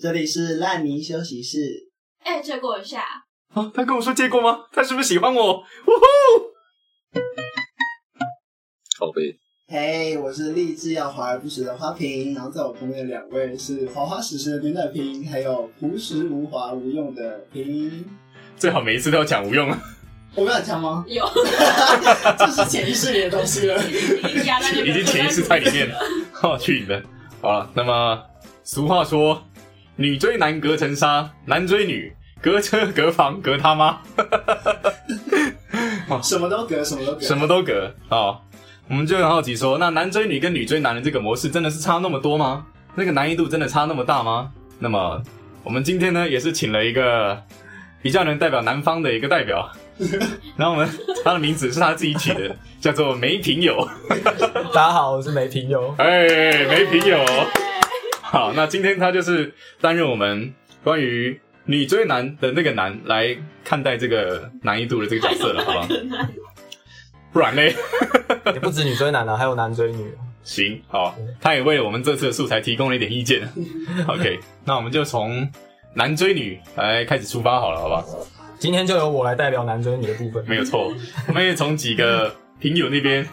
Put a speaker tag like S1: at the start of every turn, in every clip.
S1: 这里是烂泥休息室。
S2: 哎、借过一下，？
S3: 啊，他跟我说结果吗？他是不是喜欢我？呜呼！宝贝，
S1: 嘿、我是立志要华而不实的花瓶，然后在我旁边的两位是华华实实的牛奶瓶，还有朴实无华无用的瓶。
S3: 最好每一次都要讲无用啊，
S1: 我没有讲吗
S2: 有
S1: 这是潜意识里的东西了。
S2: 已经
S3: 已经潜意识在里面 了。哦，去你的！好了，那么俗话说，女追男隔层纱，男追女隔车隔房隔他妈，
S1: 什么都隔，什么都隔。
S3: 什么都隔哦。我们就很好奇说，那男追女跟女追男的这个模式真的是差那么多吗？那个难易度真的差那么大吗？那么我们今天呢，也是请了一个比较能代表南方的一个代表，然后我们他的名字是他自己取的，叫做梅平友。
S4: 大家好，我是梅平友。
S3: 哎，没朋友。好，那今天他就是担任我们关于女追男的那个男来看待这个难易度的这个角色了，好吧？不然嘞，
S4: 也不止女追男了、还有男追女。
S3: 行，好，他也为了我们这次的素材提供了一点意见。OK，那我们就从男追女来开始出发好了，好吧？
S4: 今天就由我来代表男追女的部分。
S3: 没有错，我们也从几个朋友那边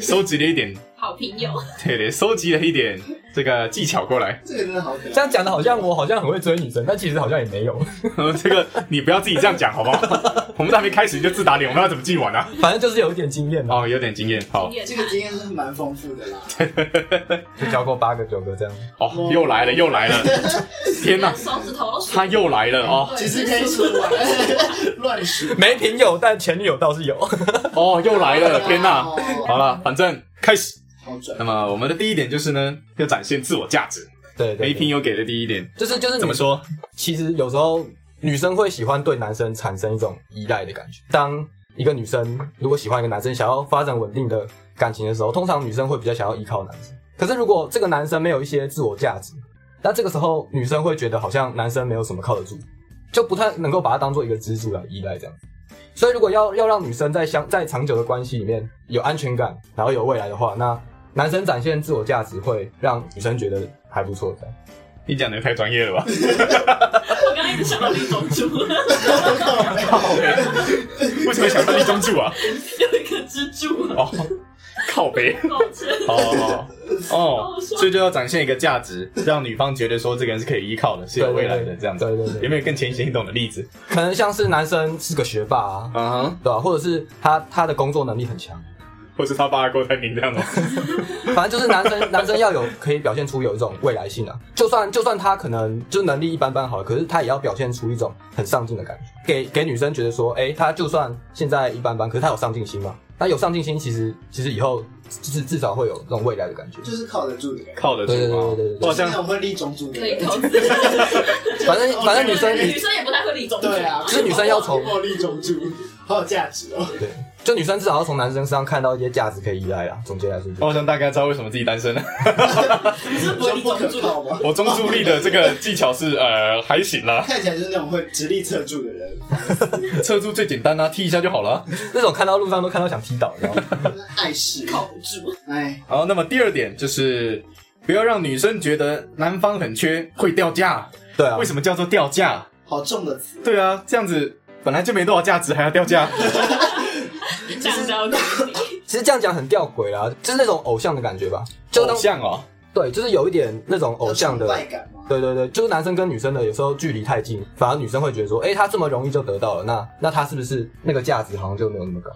S3: 收集了一点，
S2: 好朋友，
S3: 对对，收集了一点这个技巧过来。
S1: 这个真的好可爱
S4: 这。样讲的好像我好像很会追女生，但其实好像也没有。
S3: 呃， 这个你不要自己这样讲好不好？ 我们都还没开始你就自打脸，我们要怎么继续玩啊？
S4: 反正就是有一点经验嘛，
S3: 哦，有点经验，好
S2: 经，验
S1: 哎这个经验是蛮丰富的啦。
S4: 就交过八个九个这样。
S3: 哦，又来了，又来 了，天哪，
S2: 手指头都数
S3: 他又来了哦，
S1: 其实可以 数 完，乱数。
S4: 没平友，但前女友倒是有。
S3: 哦，又来了，
S4: 呃
S3: 天哪！好
S1: 好，
S3: 了，反正开始。
S1: 哦好准
S3: 那。么我们的第一点就是呢，要展现自我价值。
S4: 对对
S3: 雷
S4: 对
S3: 平有给的第一点
S4: 就是就是
S3: 怎么
S4: 女？
S3: 说？
S4: 其实有时候女生会喜欢对男生产生一种依赖的感觉。当一个女生如果喜欢一个男生，想要发展稳定的感情的时候，通常女生会比较想要依靠男生。可是如果这个男生没有一些自我价值，那这个时候女生会觉得好像男生没有什么靠得住，就不太能够把他当做一个支柱来依赖这样。所以如果要要让女生在相在长久的关系里面有安全感，然后有未来的话，那男生展现自我价值会让女生觉得还不错这样。
S3: 你讲的太专业了吧？
S2: 我刚刚一直想到李宗柱，
S3: 为什么想到立中柱啊？
S2: 有一个蜘蛛，
S3: 哦，靠背。
S2: 抱歉，
S3: 哦哦， 哦，所以就要展现一个价值，让女方觉得说这个人是可以依靠的，是有未来的这样子。
S4: 对对对
S3: 有没有更浅显易懂的例子？
S4: 可能像是男生是个学霸啊，
S3: 啊哈，
S4: 对吧、或者是他他的工作能力很强，
S3: 或是他爸郭台铭这 样的。哦
S4: 反正就是男 生男生要有可以表现出有一种未来性啊。就算就算他可能就能力一般般好了，可是他也要表现出一种很上进的感觉，给给女生觉得说，哎、他就算现在一般般，可是他有上进心嘛。那有上进心，其实其实以后就是至少会有这种未来的感觉。
S1: 就是靠得住的感觉。
S3: 靠得住
S4: 对对
S3: 吗
S4: 对对对？
S3: 我
S4: 对
S3: 好
S1: 就是那
S3: 像
S1: 种会立中柱的
S2: 可以
S1: 人。
S2: 投资。
S4: 反正反正女 生
S2: 女生也不太会理中柱，
S1: 对啊，
S4: 就是女生要 从
S1: 我立中柱，好有价值哦。
S4: 对，就女生至少要从男生身上看到一些价值可以依赖啊啦。总结来说，
S3: 我好像大概知道为什么自己单身了。
S2: 你 是不
S1: 比较
S2: 会理
S1: 不
S2: 中
S1: 可
S2: 柱。
S1: 靠吗？
S3: 我中助力的 这个技巧是呃还行 啦，
S1: 看起来就是那种会直立侧柱的人，
S3: 侧柱最简单啦，踢一下就好了。
S4: 那种看到路上都看到想踢倒，你知道吗？
S1: 碍事。
S2: 靠不住，
S1: 哎，
S3: 好，那么第二点就是不要让女生觉得男方很缺，会掉价。
S4: 对啊
S3: 为，什么叫做掉价？
S1: 好重的词，
S3: 对啊，这样子本来就没多少价值，还要掉价。
S2: 讲到底，
S4: 其实这样讲很吊诡啦，就是那种偶像的感觉吧， 就那
S3: 偶
S4: 种
S3: 像哦，
S4: 对，就是有一点那种偶像的
S1: 有，崇拜感吗？
S4: 对对对，就是男生跟女生的有时候距离太近，反而女生会觉得说，哎、他这么容易就得到了，那那他是不是那个价值好像就没有那么高？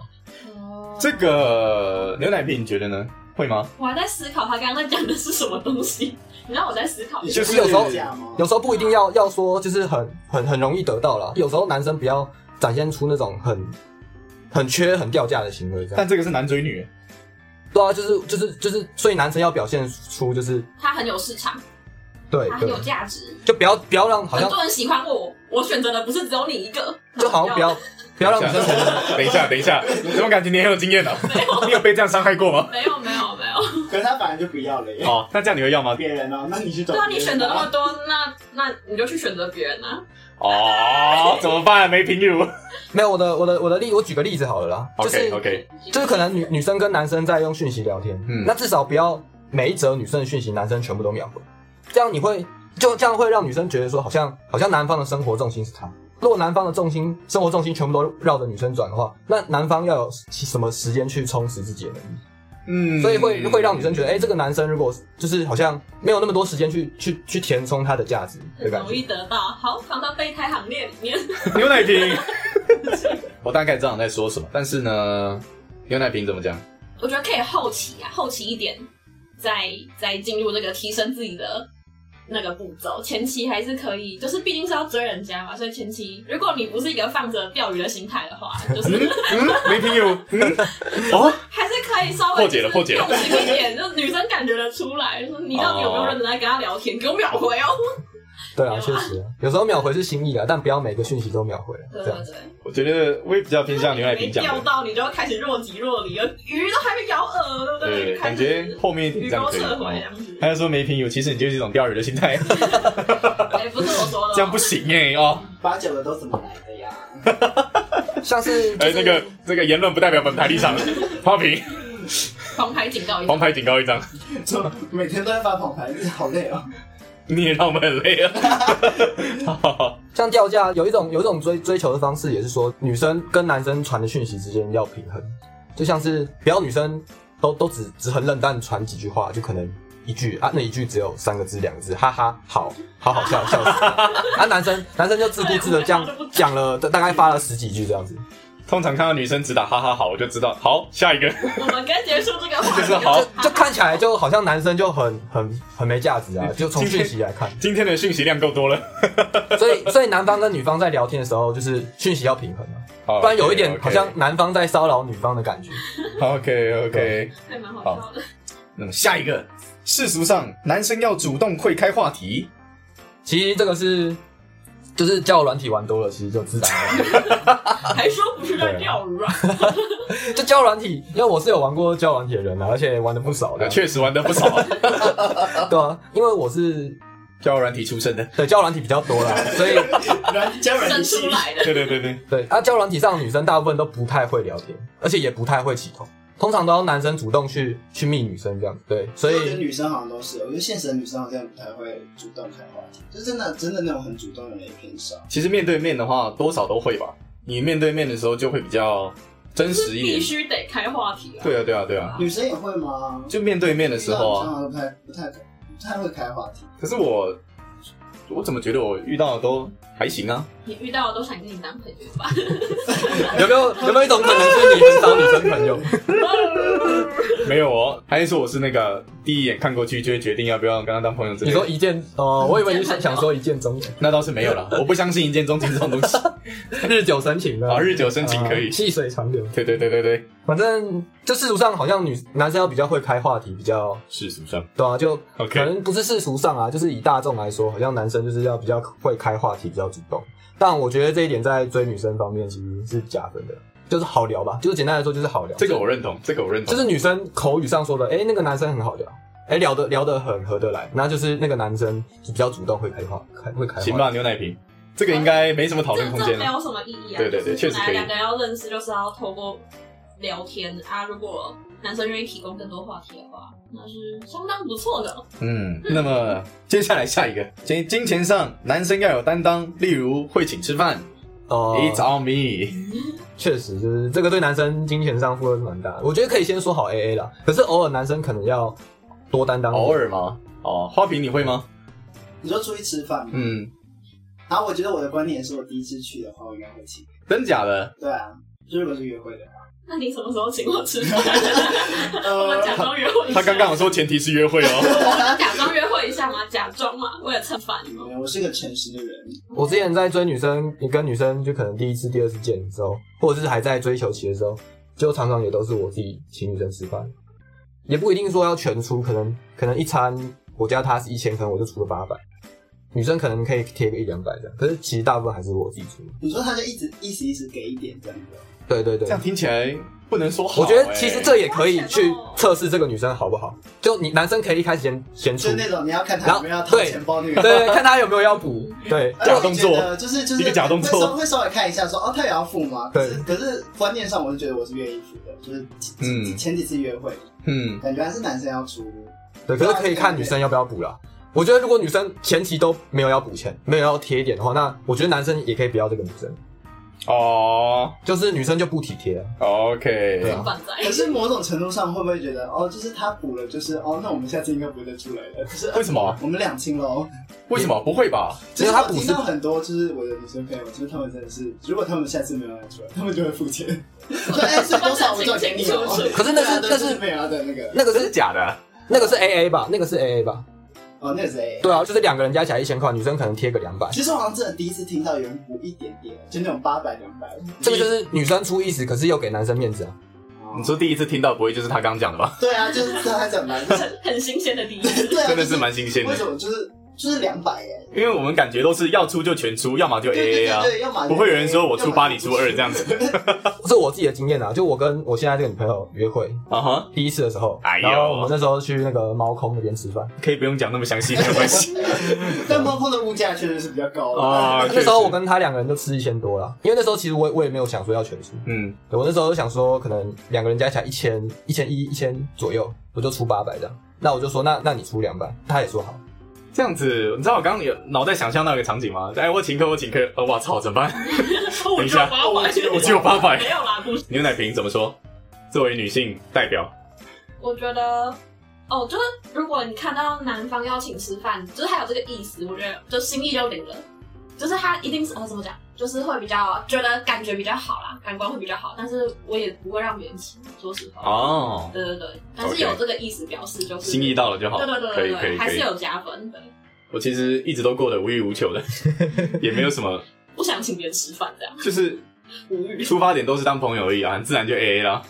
S3: 这个牛奶瓶你觉得呢？会吗？
S2: 我还在思考他刚刚在讲的是什么东西，你让我在思考。
S4: 就是有时候
S1: 假吗？
S4: 有时候不一定要要说就是很很很容易得到啦，有时候男生不要展现出那种很很缺很掉价的行为，这样
S3: 但这个是男追女，
S4: 对啊，就是就是就是，所以男生要表现出就是
S2: 他很有市场，
S4: 对
S2: 他很
S4: 对
S2: 啊有，价值，
S4: 就不要不要让好
S2: 很
S4: 像
S2: 多人喜欢我，我选择的不是只有你一个，
S4: 就好像不要不要让女生觉得
S3: 等一下，等一下，怎么感觉你很有经验 呢、你有被这样伤害过吗？
S2: 没有没有没有，
S1: 可是他反而就不要了耶。
S3: 哦，那这样你会要吗？
S1: 别人哦，那你去找别人
S2: 对啊，
S1: 吧。
S2: 你选择那么多，那那你就去选择别人啊。
S3: 哦，怎么办？没评语。
S4: 没有我的我的我的例，我举个例子好了啦，就是
S3: OK OK，
S4: 就是可能女女生跟男生在用讯息聊天，
S3: 嗯
S4: 那至少不要每一则女生的讯息男生全部都秒回，这样你会就这样会让女生觉得说，好像好像男方的生活重心是他。如果男方的重心、生活重心全部都绕着女生转的话，那男方要有什么时间去充实自己的能力？
S3: 嗯
S4: 所以会会让女生觉得，哎、这个男生如果就是好像没有那么多时间去去去填充他的价值的
S2: 很
S4: 感
S2: 容易啊
S4: 觉。
S2: 得到，好放到备胎行列里面。
S3: 牛奶瓶。 我大概知道你在说什么，但是呢，牛奶瓶怎么讲？
S2: 我觉得可以后期啊，后期一点再再进入这个提升自己的那个步骤。前期还是可以，就是毕竟是要追人家嘛，所以前期如果你不是一个放着钓鱼的心态的话， 就是
S3: 嗯，没听有。嗯，哦，
S2: 还是可以稍微
S3: 破解了破解了
S2: 用心一点，就是女生感觉得出来，说你到底有没有认真在跟她聊天，给我秒回哦。
S4: 对啊，确实啊，有时候秒回是心意啊，但不要每个讯息都秒回啊。
S2: 对
S4: 这
S2: 对
S4: 样，
S2: 对，
S3: 我觉得我也比较偏向牛奶
S2: 没
S3: 瓶讲
S2: 钓
S3: 的，
S2: 到你就要开始若即若离了，鱼都还没咬饵，对不
S3: 对，
S2: 开
S3: 感
S2: 始
S3: 觉后面一点
S2: 鱼
S3: 这样
S2: 钩
S3: 可以。
S2: 撤回这啊
S3: 哦
S2: 样子。
S3: 他就说没瓶油，其实你就是一种钓鱼的心 态，
S2: 哎，不是我说的哦，
S3: 这样不行哎哦。
S1: 八啊九的都怎么来的呀？
S4: 像是
S3: 哎，那个这个言论不代表本台立场，花瓶
S2: 黄牌警告一下。
S3: 黄牌警告一张，
S1: 就每天都在发跑牌， 真的好累哦。
S3: 你也让我们很累啊。 好
S4: 像掉价，有一种有一种追追求的方式，也是说女生跟男生传的讯息之间要平衡，就像是不要女生都都只只很冷淡传几句话，就可能一句啊，那一句只有三个字两个字，哈哈，好，好好笑笑死了。啊，男生男生就自顾自的这样讲了，大大概发了十几句这样子，
S3: 通常看到女生只打哈哈好，我就知道好下 一个。
S2: 我们该结束这个话题。
S3: 就是好
S4: 就就看起来就好像男生就很很很没价值啊，就从讯息来看。
S3: 今天的讯息量够多了，
S4: 所以所以男方跟女方在聊天的时候，就是讯息要平衡啊，
S3: 不
S4: 不然有一点好像男方在骚扰女方的感觉。
S3: OK OK。
S2: 还蛮好笑的。
S3: 那么下一个，世俗上男生要主动会开话题，
S4: 其实这个是，就是交友软体玩多了，其 实就自然而然。
S2: 还说不是在钓鱼啊？
S4: 就交友软体，因为我是有玩过交友软体的人啊，而且玩的不少的
S3: 呃，。确实玩的不少，
S4: 对啊，因为我是
S3: 交友软体出身的。
S4: 对交友软体比 较多啦，所以
S1: 软
S3: 啊
S1: 加软
S2: 生
S1: 系
S2: 出来的。
S3: 对对对对，
S4: 对啊，交友软体上的女生大部分都不太会聊天，而且也不太会起头，通常都要男生主动去去密女生这样。对，所
S1: 我觉得
S4: 以
S1: 女生好像都是，我觉得现实的女生好像不太会主动开话题，就真的真的那种很主动的人也偏少。
S3: 其实面对面的话，多少都会吧。你面对面的时候就会比较真
S2: 是
S3: 实一
S2: 必
S3: 点。
S2: 须得开话题啊！
S3: 对啊对啊对啊，
S1: 女生也会吗？
S3: 就面对面的时候
S1: 女生
S3: 啊。
S1: 好像不太不太不太会开话题，
S3: 可是我，我怎么觉得我遇到的都还行啊？
S2: 你遇到的都想跟你当朋友吧？
S4: 有没有有没有一种可能是你很少女生 朋友？
S3: 没有哦，还是说我是那个第一眼看过去就会决定要不要跟他当朋友之
S4: 你
S3: 类的
S4: 说。一见哦，我以为你想想说一见 钟情，
S3: 那倒是没有了，我不相信一见钟情这种东西
S4: 日久生情的
S3: 啊，日久生情可以
S4: 啊。细水长流。
S3: 对对对对对，
S4: 反正就世俗上好像女男生要比较会开话题，比较
S3: 世俗上
S4: 对啊，就
S3: OK
S4: 可能不是世俗上啊，就是以大众来说，好像男生就是要比较会开话题，比较主动。但我觉得这一点在追女生方面其实是加分的，就是好聊吧，就是简单来说就是好聊。
S3: 这个我认同，这个我认同。
S4: 就是女生口语上说的，哎、那个男生很好聊，哎、聊得聊得很合得来，然后就是那个男生比较主动会开话，开会开话。
S3: 行吧，牛奶瓶，这个应该没什么讨
S2: 这
S3: 论空
S2: 这
S3: 间
S2: 没
S3: 了。
S2: 有什么意义啊！
S3: 对对
S2: 就
S3: 对
S2: 是
S3: 确实可
S2: 本来
S3: 以
S2: 两个人要认识，就是要透过聊天啊。如果男生愿意提供更多话题的话，那是相当不错的。
S3: 嗯，那么接下来下一个，金金钱上男生要有担当，例如会请吃饭、
S4: 哦
S3: i t s on me。
S4: 确实，就是这个对男生金钱上负荷是蛮大的。我觉得可以先说好 A A 啦，可是偶尔男生可能要多担当一点。
S3: 偶尔吗？哦，花瓶你会吗？
S1: 你说出去吃饭吗？
S3: 嗯，
S1: 然后我觉得我的观点是我第一次去的话，我应该会请。
S3: 真假的？
S1: 对啊，就如果是约会的话，
S2: 那你什么时候请我吃饭？我们
S1: 呃，
S2: 假装约会一下。
S3: 他刚刚有说前提是约会 哦。
S2: 我们假装约会一下嘛，假装嘛，为了蹭饭。
S1: 我是个诚实的人，
S4: 我之前在追女生，也跟女生就可能第一次、第二次见的时候，或者是还在追求期的时候，就常常也都是我自己请女生吃饭，也不一定说要全出，可能可能一餐我加她是一千，可能我就出了八百，女生可能可以贴个一两百这样，可是其实大部分还是我自己出。
S1: 你说他就一直一时一时给一点这样子，
S3: 嗯
S4: 对对对
S3: 这，样听起来不能说好、欸
S4: 我觉得其实这也可以去
S2: 好欸
S4: 测试这个女生好不好，就你男生可以一开始先先出
S1: 就，那种你要看他
S4: 然
S1: 有
S4: 后
S1: 没有要掏钱包那个。
S4: 对，看他有没有要补。对，
S1: 而且我
S3: 假动作
S1: 觉得就是就是
S3: 一个假动
S1: 会
S3: 作
S1: 稍会稍微看一下说哦，他也要付吗？可
S4: 对
S1: 是可是观念上我是觉得我是愿意付的，就是
S3: 嗯
S1: 前前几次约会，
S3: 哎嗯，
S1: 感觉还是男生要出。
S4: 对，可是可以看女生要不要补啦。我觉得如果女生前期都没有要补钱，没有要贴一点的话，那我觉得男生也可以不要这个女生，
S3: 哦
S4: 就是女生就不体贴了。对
S3: ，OK，
S4: 啊
S2: 放在
S1: 可是某种程度上，会不会觉得哦，就是他补了，就是哦，那我们下次应该不会再出来了，就是
S3: 为什么？啊
S1: 我们两清喽。
S3: 为什么不会吧？
S1: 其
S4: 没
S1: 实
S4: 有他
S1: 我
S4: 补
S1: 听
S4: 是
S1: 到很多，就是我的女生朋友，就是他们真的是，如果他们下次没有要出来，他们就会付钱。说哎，是多少我就给你了。
S4: 可是那
S1: 对啊
S4: 是那
S1: 对就是
S4: 是
S1: 没有要的那个，
S4: 那个
S3: 真的
S4: 是
S3: 假的？
S4: 那个是 A A 吧？那个是 A A 吧？
S1: 哦，那个是 A。
S4: 对啊，就是两个人加起来一千块，女生可能贴个两百，
S1: 其实我好像真的第一次听到有人补一点点，就那种八百两百。
S4: 这个就是女生出意思，可是又给男生面子啊。
S3: 你说第一次听到，不会就是他刚讲的吧？
S1: 对啊，就是他还讲蛮，就是
S2: 很很新鲜的第一次。
S1: 对啊，
S3: 真的
S1: 就是
S3: 蛮新鲜的
S1: 为，什么就是就是两百哎？
S3: 因为我们感觉都是要出就全出，要么就
S1: 对
S3: AA
S1: 对
S3: 啊
S1: 对，对，要么
S3: 不会有人说我出八你出二这
S1: 样。
S3: 样子
S4: 这我自己的经验啊，就我跟我现在这个女朋友约会
S3: 啊哈，
S4: 第一次的时候，
S3: 哎呦
S4: 然后我们那时候去那个猫空那边吃饭，
S3: 可以不用讲那么详细，没有关 系
S1: 但猫空的物价确实是比较高了。
S3: 啊。
S4: 那时候
S3: 确
S4: 我
S3: 实
S4: 跟她两个人就吃一千多了，因为那时候其实我也我也没有想说要全出，
S3: 嗯
S4: 对我那时候就想说可能两个人加起来一千一千一一千左右，我就出八百这样。那我就说那那你出两百，她也说好。
S3: 这样子，你知道我刚刚有脑袋想象到一个场景吗？哎，我请客，我请客，呃，我操，怎么办？
S2: 我
S3: 一
S2: 就
S3: 下
S2: 八百，
S3: 我只有八百
S2: 没有啦，不是。
S3: 牛奶瓶怎么说？作为女性代表，
S2: 我觉得，哦，就是如果你看到男方邀请吃饭，就是他有这个意思，我觉得就心意就领了，就是他一定是呃怎么讲，就是会比较觉得感觉比较好啦，感官会比较好，但是我也不会让别人请，说实话。
S3: 哦，
S2: 对对对，但是
S3: OK
S2: 有这个意思表示就是
S3: 心意到了就好，
S2: 对对对
S3: 可以
S2: 对
S3: 可以
S2: 对，还
S3: 可
S2: 是
S3: 以。
S2: 有加分的，
S3: 我其实一直都过得无欲无求的，也没有什么，
S2: 不想请别人吃饭这样，
S3: 就是
S2: 无语。
S3: 出发点都是当朋友而已啊，很自然就 AA 啦。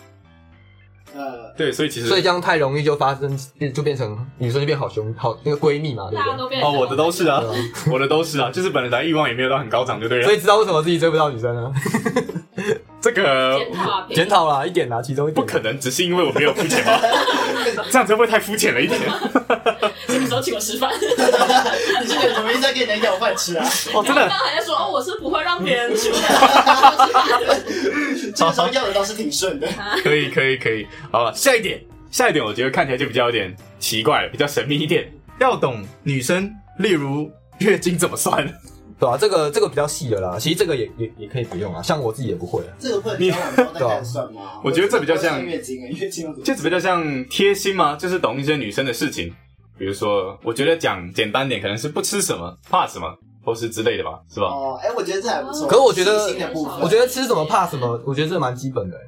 S1: 呃，
S3: 对，所以其实哦
S4: 所以这样太容易就发生，就变成女生就变好兄好那个闺蜜嘛，对
S2: 大
S4: 不
S2: 家
S4: 对？
S2: 都变
S3: 哦，我的都是啊，
S4: 对啊
S3: 我的都是啊，就是本来欲望也没有到很高涨就对了
S4: 所。以知道为什么自己追不到女生 呢？
S3: 这个
S2: 检讨啊，别人
S4: 检讨啦，一点啦，其中一点
S3: 不可能只是因为我没有付钱 吧？这样子会不会太肤浅了一点？
S2: 什么时候请我吃饭？
S1: 你这个怎么一直在跟人家要饭吃啊？
S3: 哦，真
S2: 刚
S3: 的
S2: 刚还在说哦，我是不会让别人 请我吃啊饭的。
S1: 这个时候要的倒是挺顺的。
S3: 可以可以可以。好了，下一点，下一点，我觉得看起来就比较有点奇怪了，比较神秘一点。要懂女生，例如月经怎么算？
S4: 对啊，这个这个比较细的啦，其实这个也也也可以不用啊，像我自己也不会啊。
S1: 这个问交往后再看算吗？
S3: 我觉得这比较像
S1: 月经哎，月经有什么
S3: 这比较像贴心吗？就是懂一些女生的事情，比如说，我觉得讲简单点，可能是不吃什么，怕什么，或是之类的吧，是吧？
S1: 哦，哎，我觉得这还不错。
S4: 可是我觉得
S1: 细心的部分，
S4: 我觉得吃什么怕什么，我觉得这蛮基本的欸、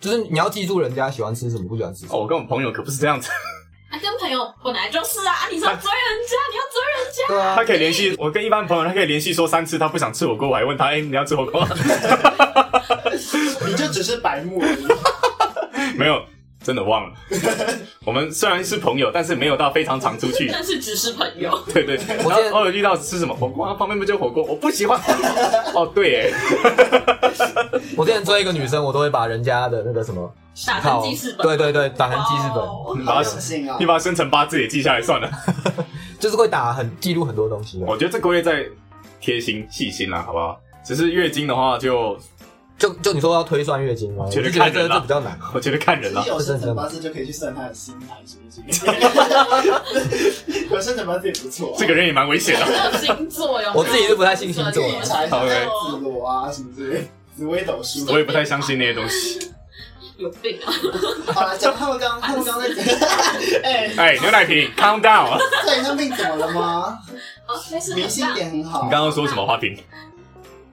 S4: 就是你要记住人家喜欢吃什么，不喜欢吃什
S3: 哦，
S4: 么。
S3: 我跟我朋友可不是这样子，
S2: 啊，跟朋友本来就是啊，啊你说追人家，你要追人家，
S4: 对啊
S3: 他，可以连续，我跟一般朋友，他可以连续说三次，他不想吃火锅，我还问他，哎、你要吃火 锅吗？
S1: 你就只是白目而已。
S3: 没有，真的忘了。我们虽然是朋友，但是没有到非常常出 去。
S2: 但是只是朋友。
S3: 对对，然
S4: 我
S3: 后
S4: 记得
S3: 偶尔遇到吃什么火锅，啊，旁边不就有火锅，我不喜 欢。哦，对耶，
S4: 我之前追一个女生，我都会把人家的那个什么喜
S2: 打成
S4: 好
S2: 记事，本
S4: 对对对，打成记事本，
S2: 哦
S3: 你
S1: 好
S3: 把
S1: 有
S3: 它
S1: 心啊
S3: 你！把它生辰八字也记下来算了。
S4: 就是会打很记录很多东西的。
S3: 我觉得这归类在贴心细心啦，好不好？只是月经的话就，
S4: 就就你说要推算月经吗？我
S3: 觉
S4: 就
S3: 得
S4: 觉得
S3: 看
S4: 这
S3: 人啊
S4: 这比较难。
S3: 我觉得看人
S1: 其
S3: 啦
S1: 实。啊有生辰八字就可以去算他的心态什么之类的。有生辰八字也不错啊。
S3: 这个人也蛮危险的。
S2: 还有星座有没有？
S4: 我自己是不太信星座
S1: 可以查一下
S3: OK
S1: 紫罗啊什么之类的，紫微斗数。
S3: 我也不太相信那些东西。
S2: 有病啊！
S1: 好了，讲他们刚他们刚在讲， 哎，
S3: 哎，牛奶瓶，calm down。
S1: 对，他病怎么了吗？
S2: 哦，没事，
S1: 明
S2: 很
S1: 星
S2: 棒。
S1: 点很好，
S3: 你刚刚说什么花瓶？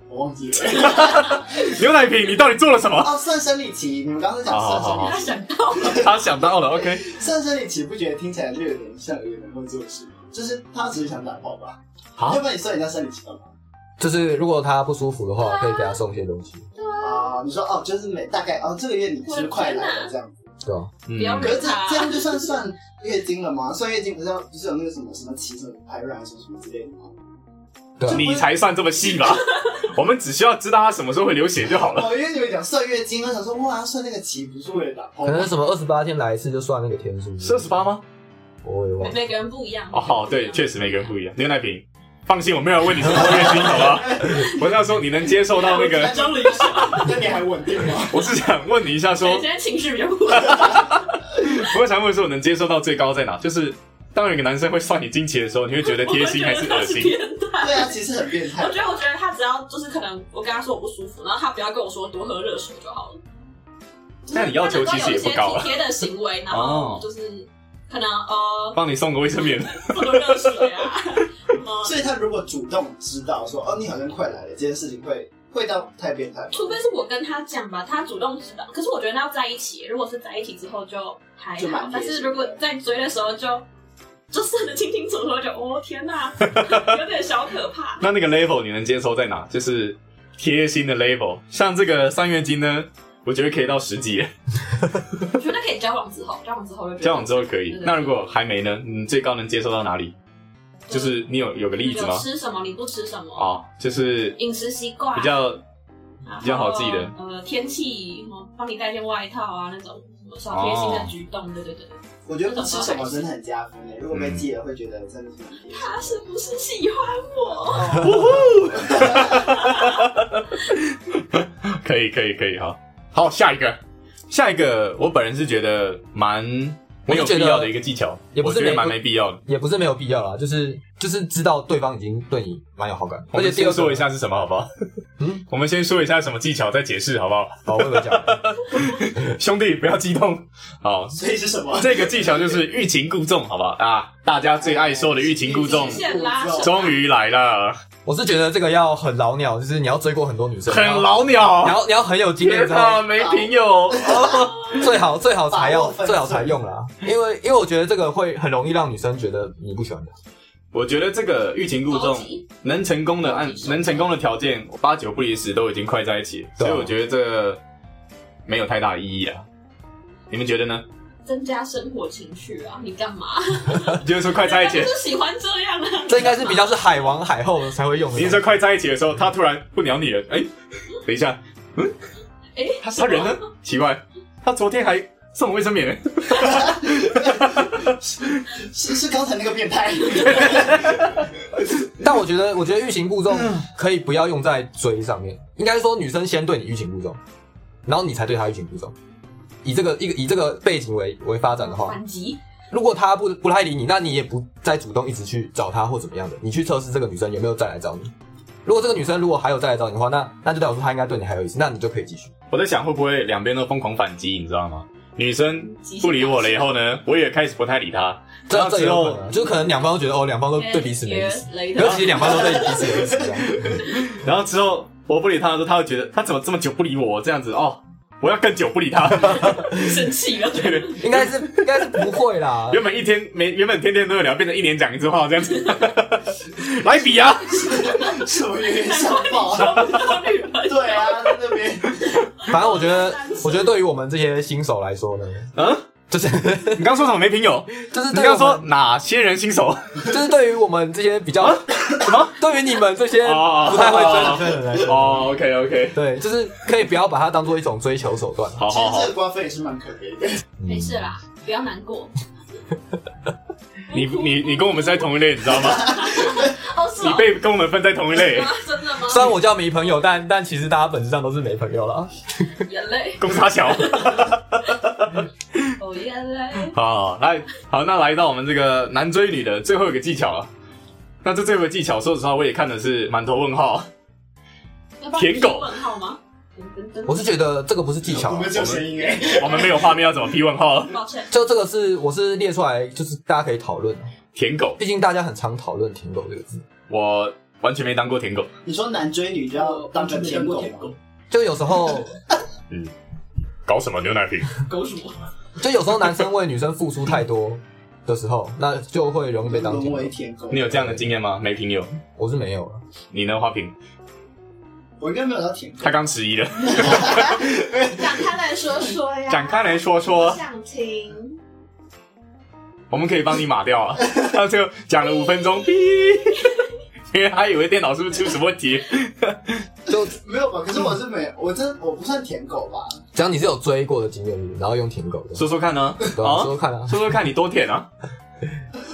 S1: 我忘记了。
S3: 牛奶瓶，你到底做了什么？
S1: 哦，算生理期，你们刚刚在讲算
S3: 好
S1: 生理
S3: 好好
S2: 他
S1: 期，
S2: 想到了，
S3: 他想到了，OK。
S1: 算生理期不觉得听起来就有点像有人会做的事吗？就是他只是想打炮吧，
S3: 啊
S1: 要不然你算人家生理期干嘛？
S4: 就是如果她不舒服的话，可以给她送一些东西，
S1: 啊，你说哦，就是每大概哦这个月你是快来了这样子，
S4: 对吧？
S3: 嗯
S2: 不要
S1: 可是这啊这样就算算月经了吗？算月经不是要不是有那个什么什么期什么排卵什么什么之类的吗？
S4: 对啊
S3: 你才算这么 细吧？我们只需要知道他什么时候会流血就好了。
S1: 哦，因为你们讲算月经，我想说哇，算那个期不是为了打炮
S4: 可
S1: 吗，
S4: 能什么二十八天来一次就算那个天数，
S3: 是二十八吗？
S4: 我也忘了。
S2: 每个人不一样。
S3: 哦，对，确实每个人不一样。牛奶瓶，放心，我没有问你什么月经，好 吧？我是要说你能接受到那个，
S2: 周林生，
S1: 那你还稳定吗？
S3: 我是想问你一下说
S2: 现在情绪比较不稳。
S3: 我想问说，能接受到最高在哪？就是当有一个男生会算你惊奇的时候，你会觉得贴心还是恶
S2: 我会
S3: 心？
S2: 觉得他是变 态
S1: 对啊，其实很变态
S2: 我。觉得，我觉得他只要就是可能我跟他说我不舒服，然后他不要跟我说多喝热水就好了。
S3: 那你要求其实也不高
S2: 了。
S3: 啊哦
S2: 体贴的行为，然后就是可能呃
S3: 帮你送个卫生棉，
S2: 喝热水啊，呃，
S1: 所以他如果主动知道说哦，你好像快来了，这件事情会会到太变态吗。
S2: 除非是我跟他讲吧，他主动知道。可是我觉得那要在一起，如果是在一起之后就还
S1: 就
S2: 好
S1: 蛮，贴
S2: 但
S1: 心的
S2: 是如果在追的时候就就算的清清楚楚，就哦天 哪、有点小可怕。
S3: 那那个 level 你能接受在哪？就是贴心的 level。像这个三月经呢，我觉得可以到十级，
S2: 我觉得可以交往之后，交往之后就觉得
S3: 交往之后可以
S2: 对。对
S3: 那如果还没呢？你最高能接受到哪里？就是你有有个例子吗
S2: 有？吃什么你不吃什么，
S3: 啊，就是
S2: 饮食习惯
S3: 比较
S2: 啊然后
S3: 比较好记的
S2: 呃，天气什么帮你带件外套啊那种小贴心的举
S3: 哦
S2: 动，对对对。
S1: 我觉得不吃什么真的很加分诶，如果被记了，会觉得真的是很贴心。
S2: 他啊是不是喜欢我？
S3: 可以，可以，可以，好，好，下一个，下一个，我本人是觉得蛮没有必要的一个技巧，
S4: 也不
S3: 我
S4: 是
S3: 觉得蛮
S4: 每
S3: 没必要的。
S4: 也不是没有必要啦，就是就是知道对方已经对你蛮有好感，
S3: 我
S4: 而且
S3: 们
S4: 第
S3: 先
S4: 二个
S3: 说一，下是什么，好不好？
S4: 嗯，
S3: 我们先说一下什么技巧，再解释，好不好？
S4: 好，我有讲，
S3: 兄弟，不要激动。好，
S1: 所以是什么？
S3: 这个技巧就是欲擒故纵，好不好？啊，大家最爱说的欲擒故纵
S1: 哎，
S2: 线拉手
S3: 终于来了，
S4: 我是觉得这个要很老鸟，就是你要追过很多女生，
S3: 很
S4: 然后，
S3: 老
S4: 然
S3: 鸟。
S4: 后你要很有经验
S3: 天
S4: 之后
S3: 哪，，没朋友，
S4: 最好最好才
S1: 把
S4: 要
S1: 握分寸
S4: 最好才用啦，因为因为我觉得这个会很容易让女生觉得你不喜欢她。
S3: 我觉得这个欲擒故
S2: 高
S3: 纵
S2: 级
S3: 能成功的按
S2: 高级手段
S3: 能成功的条件，八九不离十都已经快在一起了，
S4: 对
S3: 所
S4: 啊
S3: 以我觉得这个没有太大意义啊。你们觉得呢？
S2: 增加生活情趣啊！你干嘛？
S3: 就是说快 在一起
S2: 就，是喜欢这样啊！
S4: 这应该是比较是海王海后才会用的
S3: 你
S4: 东
S3: 是
S4: 西
S3: 说。快在一起的时候，他突然不鸟你了？哎、等一下，嗯，
S2: 哎
S3: 他他人呢？奇怪，他昨天还送我卫生棉哎呢，
S1: 是是刚才那个变 态。
S4: 但我觉得，我觉得欲擒故纵可以不要用在追上面，应该说女生先对你欲擒故纵，然后你才对她欲擒故纵。以这个一个以这个背景为为发展的话，
S2: 反击，
S4: 如果她不不太理你，那你也不再主动一直去找她或怎么样的，你去测试这个女生有没有再来找你。如果这个女生如果还有再来找你的话，那那就代表说她应该对你还有意思，那你就可以继续。
S3: 我在想会不会两边都疯狂反击，你知道吗？女生不理我了以后呢，我也开始不太理她，
S4: 这这
S3: 之
S4: 以后
S3: 后
S4: 就是可能两方都觉得哦，两方都对彼此没意思，
S2: 雷
S4: 然后 其实两方都对彼此有意思这样。
S3: 然后之后我不理他的时候，他会觉得他怎么这么久不理我这样子哦，我要更久不理他。
S2: 生气了，
S4: 应该是应该是不会啦，
S3: 原本一天没，原本天天都有聊，变成一年讲一次话这样子。 来比啊！
S1: 什么有点想爆啊？
S2: 找不到女朋友
S1: 对，啊，在那边
S4: 反正我觉得，我觉得对于我们这些新手来说呢，
S3: 嗯，
S4: 就是
S3: 你刚说什么没朋友？
S4: 就是
S3: 你
S4: 啊对于
S3: 刚
S4: 我
S3: 说
S4: 们，
S3: 哪些人新手？
S4: 就是对于我们这些比较什么，对于你们这些
S3: 哦
S4: 不太会追女生的人来说，
S3: 哦，OK OK，
S4: 对，就是可以不要把它当做一种追求手段。
S3: 好
S1: 其
S3: 好
S1: 实
S3: 好
S1: 这个，瓜分也是蛮可悲的。
S4: 嗯
S2: 没事啦，不要难 过。
S3: 你你你跟我们是在同一类，你知道吗？
S2: 哦，是
S3: 你
S2: 哦
S3: 被跟我们分在同一类，
S2: 啊真的吗？
S4: 虽然我叫没朋友，但但其实大家本质上都是没朋友啦。
S2: 眼泪，
S3: 公差小。
S2: 哦眼泪，
S3: 好，来，好，那来到我们这个男追女的最后一个技巧了。那这最后一个技巧，说实话，我也看的是满头问号。
S2: 要帮你
S3: 舔狗
S2: 问号吗？噔噔噔
S4: 我是觉得这个不是技巧
S1: 我
S4: 啊
S1: 们，只有声音哎，
S3: 我们没有画面，要怎么批问号？
S2: 抱歉，
S4: 就这个是我是列出来，就是大家可以讨论。
S3: 舔狗，
S4: 毕竟大家很常讨论“舔狗”这个字，
S3: 我完全没当过舔狗。
S1: 你说男追女就要当个舔狗吗？
S4: 就有时候，
S3: 搞什么牛奶瓶？
S2: 狗什么？
S4: 就有时候男生为女生付出太多的时候，那就会容易被当
S1: 沦
S4: 舔狗
S1: 为。舔狗
S3: 你。有这样的经验吗？没朋友，
S4: 我是没有了。
S3: 你呢？花瓶，
S1: 我应该没有到舔狗
S3: 他，刚迟疑了，
S2: 展开来说说呀，
S3: 展开来说说，
S2: 想听。
S3: 我们可以帮你码掉啊。 他就讲了五分钟，哔， 因为他以为电脑是不是出什么问题？
S4: 就
S1: 没有吧？可是我是没有，我真我不算舔狗吧？
S4: 只要你是有追过的经验，然后用舔狗的，
S3: 说说看呢？
S4: 对啊，说说看啊。
S3: 说说看你多舔啊！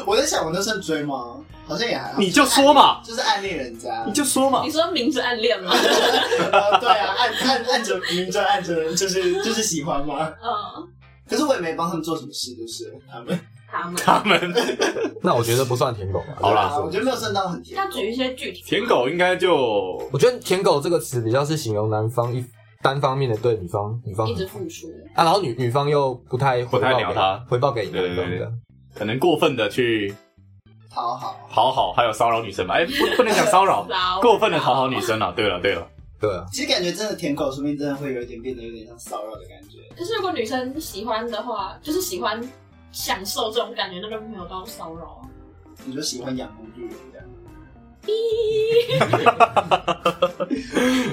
S1: 我在想，我那算追吗？好像也还好。
S3: 你就说嘛，
S1: 就是暗恋人家
S3: 你，就说嘛
S2: 你。说明着暗恋吗？
S1: 呃对啊，暗暗暗着明着暗着，就是就是喜欢吗？
S2: 嗯，
S1: 可是我也没帮他们做什么事，就是了他们。
S2: 他们
S3: 他们
S4: 那我觉得不算舔狗吧。
S3: 好啦
S1: 对啊我觉得没有剩到很甜。
S2: 要举一些具体。
S3: 舔狗应该就
S4: 我觉得“舔狗”这个词比较是形容男方一单方面的对女方，女方
S2: 一直付出，
S4: 啊，然后女女方又不太回
S3: 不太
S4: 报
S3: 鸟
S4: 给
S3: 他
S4: 回报给男
S3: 对对
S4: 方
S3: 对
S4: 的。
S3: 可能过分的去
S1: 讨好，
S3: 讨好，还有骚扰女生吧。哎、 不不能讲骚扰，
S2: 骚
S3: 过分的讨好女生了、对了对了，
S4: 对啊，
S1: 其实感觉真的舔狗，说不定真的会有一点变得有点像骚扰的感觉。
S2: 可是如果女生喜欢的话，就是喜欢享受这种感觉，那就没有到骚扰啊。
S1: 你就喜欢养工具人这 样。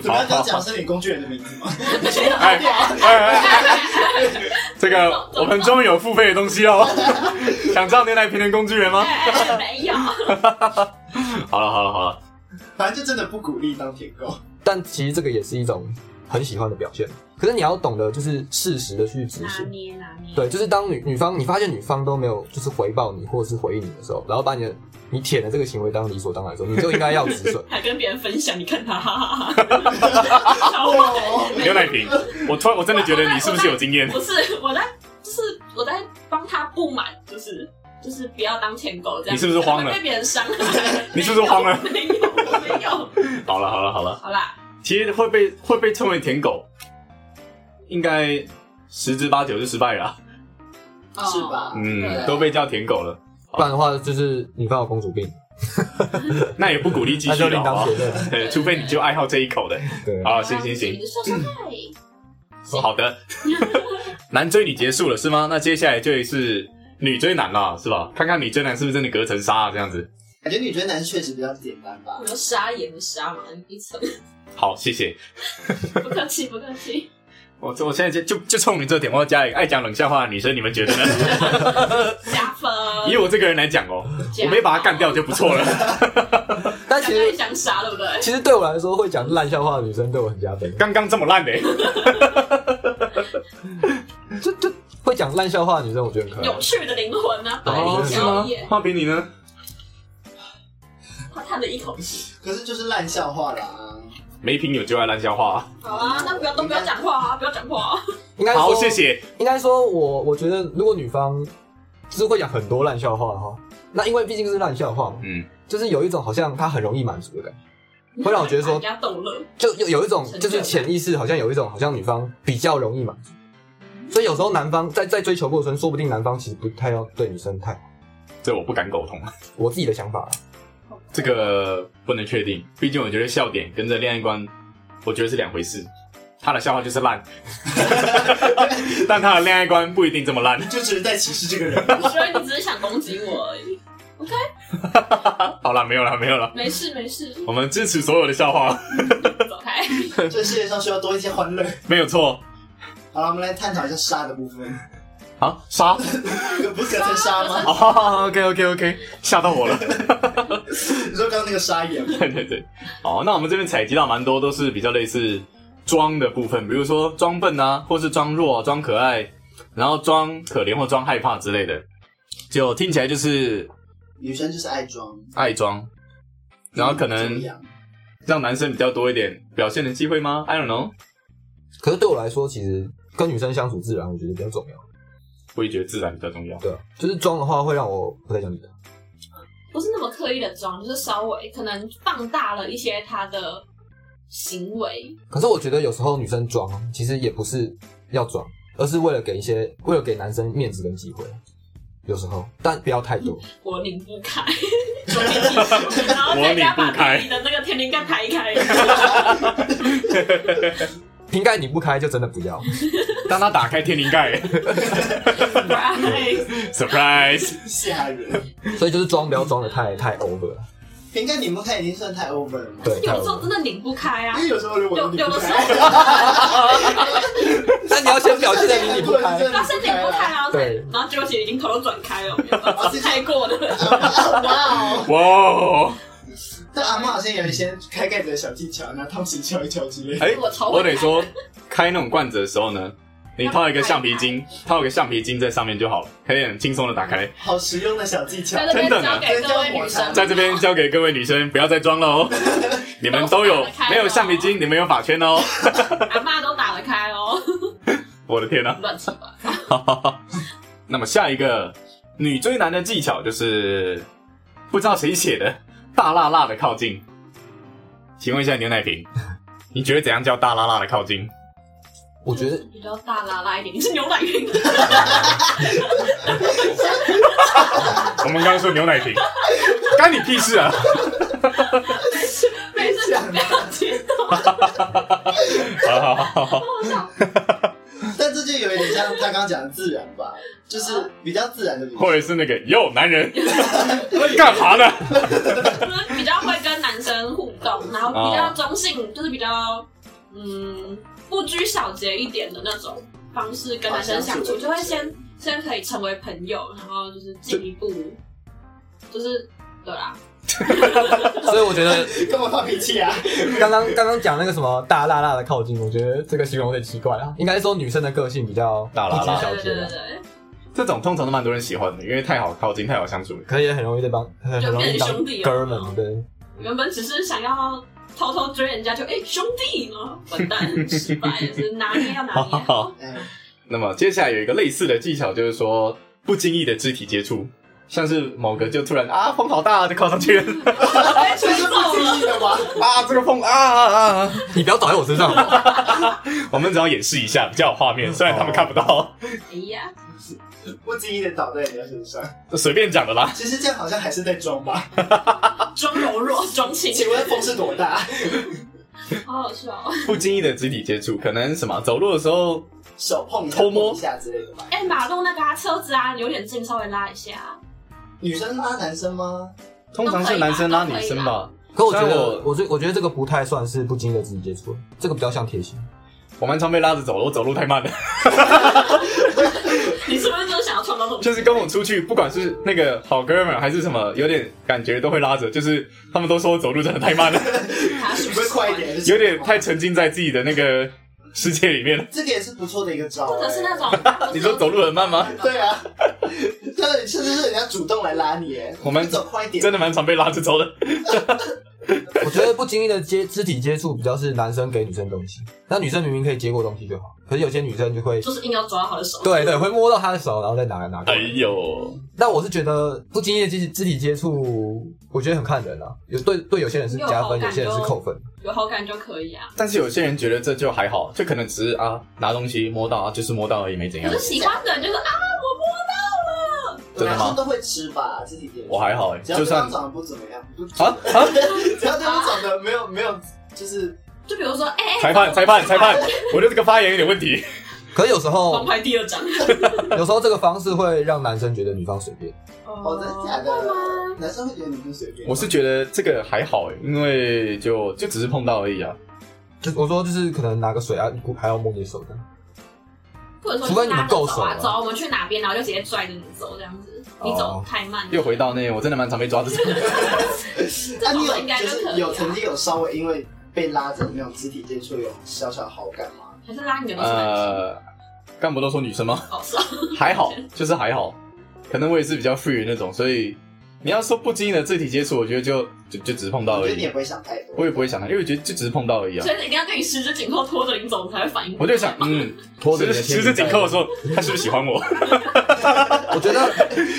S1: 怎么样？要讲是你工具人的名字吗？
S3: 哎 哎哎这个我们终于有付费的东西哦。 想知道牛奶评论工具人吗？
S2: 哎哎哎没有，
S3: 好了好了好了，
S1: 反正就真的不鼓励当舔 狗。
S4: 但其实这个也是一种很喜欢的表现。可是你要懂得就是适时的去执
S2: 拿
S4: 行。
S2: 捏拿捏。。
S4: 对，就是当女女方你发现女方都没有就是回报你或者是回应你的时候，然后把你的你舔的这个行为当理所当然的时候，你就应该要止损
S2: 还跟别人分享，你看他，哈哈哈超我
S3: 牛奶瓶，我突然我真的觉得你是不是有经验？
S2: 不是我在，就是我在帮他不满，就是就是不要当舔狗这样。
S3: 你是不是慌了
S2: 被别人伤害？
S3: 你是不是慌了
S2: 没有，我没有。
S3: 好了好了好了，
S2: 好啦，
S3: 其实会被会被称为舔狗，应该十之八九是失败了啊。
S2: 哦
S1: 是吧
S3: 嗯，
S2: 对
S3: 都被叫舔狗了，
S4: 不然的话，就是女方有公主病，
S3: 那也不鼓励继
S4: 那
S3: 续
S4: 就
S3: 了
S4: 另当
S3: 啊
S4: 别。论。
S3: 对除非你就爱好这一口 的。
S4: 对，
S3: 好，行行行，，
S2: 受
S4: 嗯
S2: 伤害。
S3: 好的， 男追女结束了是吗？那接下来就是女追男啦，是吧？看看女追男是不是真的隔层纱啊？这样子。
S1: 感觉女追男确实比较简单吧
S2: 我。们沙也不沙嘛，一层。
S3: 好，谢谢。
S2: 不客气，不客气。
S3: 我我现在就就就冲你这点，我要加一个爱讲冷笑话的女生，你们觉得呢？
S2: 加分。
S3: 以我这个人来讲哦、我没把他干掉就不错了。
S2: 大
S4: 但其
S2: 家也
S4: 实
S2: 想杀，对不对？
S4: 其实对我来说，会讲烂笑话的女生对我很加分。
S3: 刚刚这么烂的、
S4: 就就会讲烂笑话的女生，我觉得很可
S2: 有
S4: 爱。
S2: 趣的灵魂
S4: 哦
S2: 啊，百灵
S3: 哦是
S2: 交
S3: 吗
S2: 业？。
S3: 画饼你呢？
S2: 他叹了一口气。
S1: 可是就是烂笑话啦。
S3: 没品有就爱烂笑话、
S2: 好啊，那不要都不要讲话啊，不要讲话啊。
S4: 应该
S3: 好，哦
S4: 说，
S3: 谢。谢。
S4: 应该说我我觉得，如果女方就是会讲很多烂笑话的话，那因为毕竟是烂笑话嘛，
S3: 嗯，
S4: 就是有一种好像她很容易满足的感觉，会让我觉得说
S2: 人家逗乐。
S4: 就有有一种
S2: 成就感
S4: 就是潜意识好像有一种好像女方比较容易满足，所以有时候男方在在追求过程中，说不定男方其实不太要对女生太好。
S3: 这我不敢苟同，
S4: 我自己的想法啊，
S3: 这个不能确定，毕竟我觉得笑点跟着恋爱观，我觉得是两回事。他的笑话就是 烂，但他的恋爱观不一定这么烂。
S1: 就只是在歧视这个人。
S2: 我觉得你只是想攻击我而 已。
S3: 好了，没有了，没有了。
S2: 没事没事，
S4: 哦
S3: 我们支持所有的笑话，
S2: 走开。
S1: 这世界上需要多一些欢乐。
S3: 没有错。
S1: 好了，我们来探讨一下沙的部分。
S3: 好，杀。
S1: 不是隔层沙吗？
S3: 哦，OK OK OK，吓到我了。
S1: 你说刚刚那个沙眼吗？
S3: 对对对，哦，那我们这边采集到蛮多都是比较类似装的部分，比如说装笨啊，或是装弱、装可爱，然后装可怜或装害怕之类的，就听起来就是
S1: 女生就是爱装，
S3: 爱装，然后可能
S1: 嗯这样
S3: 让男生比较多一点表现的机会吗？I don't know，
S4: 可是对我来说，其实跟女生相处自然，我觉得比较重要。
S3: 我也觉得自然比较 重要。
S4: 对啊，就是装的话会让我不太想理她。
S2: 不是那么刻意的装，就是稍微可能放大了一些他的行为，
S4: 可是我觉得有时候女生装，其实也不是要装，而是为了给一些为了给男生面子跟机会。有时候，但不要太 多。
S2: 我拧不开，然后再给他把自己的那个天灵盖排开。
S4: 瓶盖拧不开就真的不 要。
S3: 当他打开天灵盖
S2: Surprise
S3: ，surprise，
S1: 吓人。
S4: 所以就是装，不要装的太太 over 了。
S1: 瓶盖拧不开已经算太 over 了嘛。
S4: 对，
S2: 有
S4: 太
S2: 的时候
S4: over
S2: 真。的拧不开啊
S1: 因，为有时候如果
S2: 有
S1: 拧
S2: 有
S1: 不
S2: 的时
S1: 开，
S2: 候，
S4: 那你要先表现的你拧不开。
S2: 但是拧不开，然后
S4: 对
S2: 然后结果其实已经头都转开了，转开过了。
S1: 哇哦！
S3: 哇哦，
S1: 但阿妈好像有一些开盖子的小技巧，拿汤匙敲一敲之 类的。
S3: 哎，
S2: 我超
S3: 我得说，开那种罐子的时候呢，你套一个橡皮筋，套一个橡皮筋在上面就好了，可以很轻松的打开。
S1: 好实用的小技巧
S2: 在。这边交给各位女生，
S3: 在这边教给各位女生，不要再装了 哦，你们都有没有橡皮筋，你们有发圈哦。
S2: 阿妈都打得开哦，
S3: 我的天呐、啊
S2: 乱七八糟。
S3: 那么下一个女追男的技巧就是不知道谁写的“大辣辣的靠近”。请问一下牛奶瓶， 你觉得怎样叫大辣辣的靠近？
S4: 我觉得
S2: 比较大拉拉一点。你是牛奶瓶，
S3: 我们刚刚说牛 奶瓶，干你屁事啊！
S2: 没事，不要接。
S3: 好好好好，
S1: 但这就有一点像他刚刚讲的自然吧，
S2: 啊
S1: 就是比较自然的
S3: 或者是那个哟男 人干嘛呢？
S2: 就是比较会跟男生互动，然后比较中性，就是比较嗯不拘小节一点的那种方式跟男生相
S1: 好相处
S2: 处，
S1: 的
S2: 就会先先可以成为朋友，然后就是进一步，就是对啦，
S4: 所以我觉得
S1: 跟我发脾气啊！
S4: 刚刚刚刚讲那个什么大辣辣的靠近，我觉得这个形容有点奇怪啊。应该是说女生的个性比较
S3: 大啊辣
S4: 一
S3: 辣
S2: 对
S4: 枝小
S2: 对
S4: 节
S2: 对
S4: 吧，
S2: 对
S3: 这种通常都蛮多人喜欢的，因为太好靠近，太好相处了。
S4: 可是也很容易对帮，很
S2: 就
S4: 容易
S2: 变成
S4: 当
S2: 兄弟了
S4: 哥们，对。
S2: 对，原本只是想要。偷偷追人家就哎、兄弟呢，完蛋失败，就是拿捏要拿
S3: 好好
S2: 捏
S3: 好
S2: 好，
S1: 嗯，
S3: 那么接下来有一个类似的技巧，就是说不经意的肢体接触，像是某个就突然啊风好大、啊、就靠上去了
S2: 被
S1: 这
S2: 吹
S1: 是
S2: 走
S1: 不经
S2: 了
S1: 意。的吗？
S3: 啊这个风啊啊啊啊！
S4: 你不要倒在我身上好不好，
S3: 我们只要演示一下，比较有画面，虽然他们看不到，
S2: 哎呀，
S1: 不经意的倒在人家身上，
S3: 随便讲的啦。
S1: 其实这样好像还是在装吧？
S2: 啊装柔弱，装 情，
S1: 请问风是多大？
S2: 好好笑哦。
S3: 不经意的肢体接触，可能什么走路的时候，
S1: 手碰一下
S3: 偷摸
S1: 碰一下之类的吧？
S2: 哎、马路那个啊，车子啊，有点近，稍微拉一下。啊
S1: 女生拉男生 吗？
S3: 通常是男生拉女生吧。
S4: 可我觉
S3: 虽然
S4: 得
S3: 我，
S4: 我觉我觉得这个不太算是不经意的肢体接触，这个比较 像贴心。
S3: 我蛮常被拉着走的， 我走路太慢了。
S2: 你是不是真的想要创造这种？
S3: 就是跟我出去，不管是那个好哥们儿还是什么，有点感觉都会拉着。就是他们都说我走路真的太慢了，
S2: 他是
S1: 你会快一？点？
S3: 有点太沉浸在自己的那个世界里面了。，
S1: 这个也是不错的一个招、欸，
S2: 或者是那种
S3: 你说走路很慢吗？
S1: 对啊， 对，甚至是人家主动来拉你欸，
S3: 我们
S1: 你走快一点，
S3: 真的蛮常被拉着走的。
S4: 我觉得不经意的接肢体接触比较是男生给女生东西，那女生明明可以接过东西就好，可是有些女生就会
S2: 就是硬要抓好的手。
S4: 对对会摸到她的手，然后再拿拿过
S3: 哎
S4: 来。
S3: 呦，
S4: 但我是觉得不经意的肢体肢体接触，我觉得很看人啊，有对对有些人是加分，
S2: 有好感
S4: 有些人是扣分。
S2: 有好感就可以啊。
S3: 但是有些人觉得这就还好，就可能只是啊拿东西摸到啊，就是摸到而已，没怎
S2: 可
S3: 样
S2: 是。喜欢的人就是啊，我摸到了。
S3: 真的
S1: 男生
S3: 吗？
S1: 啊都会吃吧，自己点。
S3: 我还好哎、
S1: 只要
S3: 就
S1: 对
S3: 算
S1: 方长得不怎么样，不
S3: 啊啊！
S1: 只要对方长得没有没有，就是
S2: 就比如说，哎、哎
S3: 裁判，裁判，裁判！我的这个发言有点问题。
S4: 可是有 时
S2: 王
S4: 候，
S2: 牌第二张。
S4: 有时候这个方式会让男生觉得女方随便。
S1: 哦，真的假
S2: 会吗
S1: 的？男生会觉得女生随便吗。
S3: 我是觉得这个还好哎、因为就就只是碰到而已啊。
S4: 就我说就是可能拿个水啊，还要摸你的手的。
S2: 或者说，
S4: 除非你们够熟
S2: 啊
S4: 啊，
S2: 走，我们去哪边，然后就直接拽着你走，这样子，你走
S4: 哦
S2: 太慢。
S3: 又回到那，我真的蛮常被 抓着走的。
S1: 啊，你
S2: 这种应
S1: 有
S2: 该
S1: 就
S2: 就可以啊
S1: 是有曾经有稍微因为被拉着那种肢体接触有小小好感吗？
S2: 还是拉你的手。
S3: 呃，干部都说女 生吗？
S2: 好笑。
S3: 还好，就是还好。可能我也是比较 free 的那种，所以你要说不经意的肢体接触，我觉得就就就只是碰到
S1: 我
S3: 而
S1: 觉得你也
S3: 已。
S1: 不会想太多。
S3: 我也不会想到，因为我觉得就只是碰到而已啊
S2: 所。以一定要跟你十指紧扣拖着你走，你才会反应。
S3: 我就想，嗯，
S4: 拖着你的
S3: 十
S4: 天
S3: 十指紧扣的时候，他是不是喜欢我？
S4: 我觉得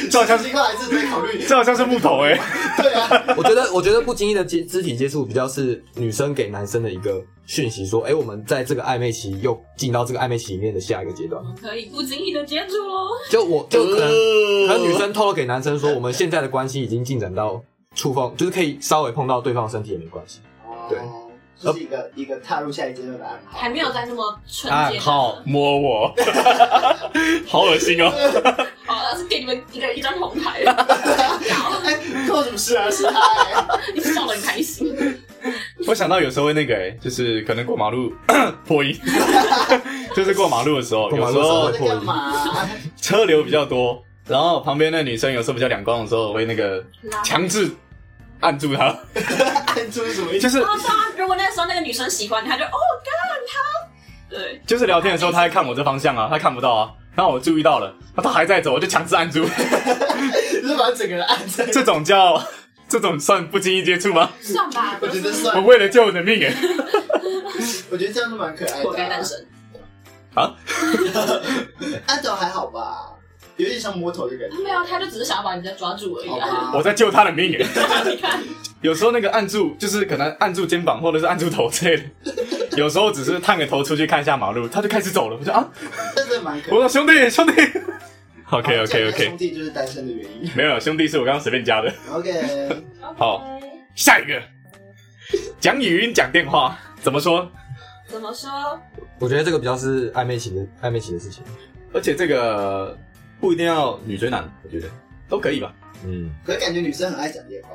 S3: 这好像
S1: 奇怪，还是得考虑。
S3: 这好像是木头哎、
S1: 对啊，
S4: 我觉得，我觉得不经意的接肢体接触比较是女生给男生的一个讯息，说，哎、我们在这个暧昧期又进到这个暧昧期里面的下一个阶段。
S2: 可以不经意的接住哦。
S4: 就我就可能，可能
S3: 能
S4: 女生透露给男生说，我们现在的关系已经进展到触碰，就是可以稍微碰到对方的身体也没关系。对
S1: 哦，这是一个一个踏入下一阶段的暗号
S2: 还。没有在那么纯洁
S4: 啊
S3: 暗
S2: 的。
S3: 号摸我， 好恶心哦！
S2: 好了，是给你们一个一张红牌，
S1: 哎，关我什么事啊？是他哎，
S2: 你笑得很开心。
S3: 我想到有时候会那个哎、就是可能过马路 破音， 就是过马路的时候，
S4: 过马
S3: 有
S4: 路
S3: 时
S4: 的时候
S3: 候
S1: 我在干嘛啊？
S3: 车流比较多，然后旁边那女生有时候比较两光的时候，我会那个
S2: 拉
S3: 强制按住她，
S1: 按住是什么意思？
S3: 就是
S2: 然后他哦啊如果那时候那个女生喜欢你，他就哦干他，对，
S3: 就是聊天的时候，她在看我这方向啊，她看不到啊，然后我注意到了，她还在走，我就强制按住，
S1: 就是把整个人按 在。
S3: 这种叫这种算不经意接触吗？
S2: 算吧，
S1: 我觉得
S2: 就是
S1: 算
S3: 我，为了救你的命哎、
S1: 我觉得这样都蛮可爱的啊。
S2: 活该单身。
S1: 按照啊还好吧，有点像摸头的感觉。
S2: 没有，他就只是想要把人家抓住而已
S1: 好
S2: 啊。
S1: 吧，
S3: 我在救他的命耶。
S2: 你看，
S3: 有时候那个按住，就是可能按住肩膀或者是按住头之类的。有时候只是探个头出去看一下马路，他就开始走了。我说啊，
S1: 但是蛮可
S3: 我
S1: 爱。
S3: 说兄弟兄弟。
S1: 这
S3: OK OK
S1: 样
S3: OK，
S1: 兄弟就是单身的原因。
S3: 没有兄弟是我刚刚随便加的。
S1: OK，
S3: 好
S2: OK，
S3: 下一个，讲语音讲电话怎么说？
S2: 怎么说？
S4: 我觉得这个比较是暧昧期的暧昧期的事情。
S3: 而且这个不一定要女追男，我觉得都可以吧，
S4: 嗯，
S1: 可是感觉女生很爱讲电话，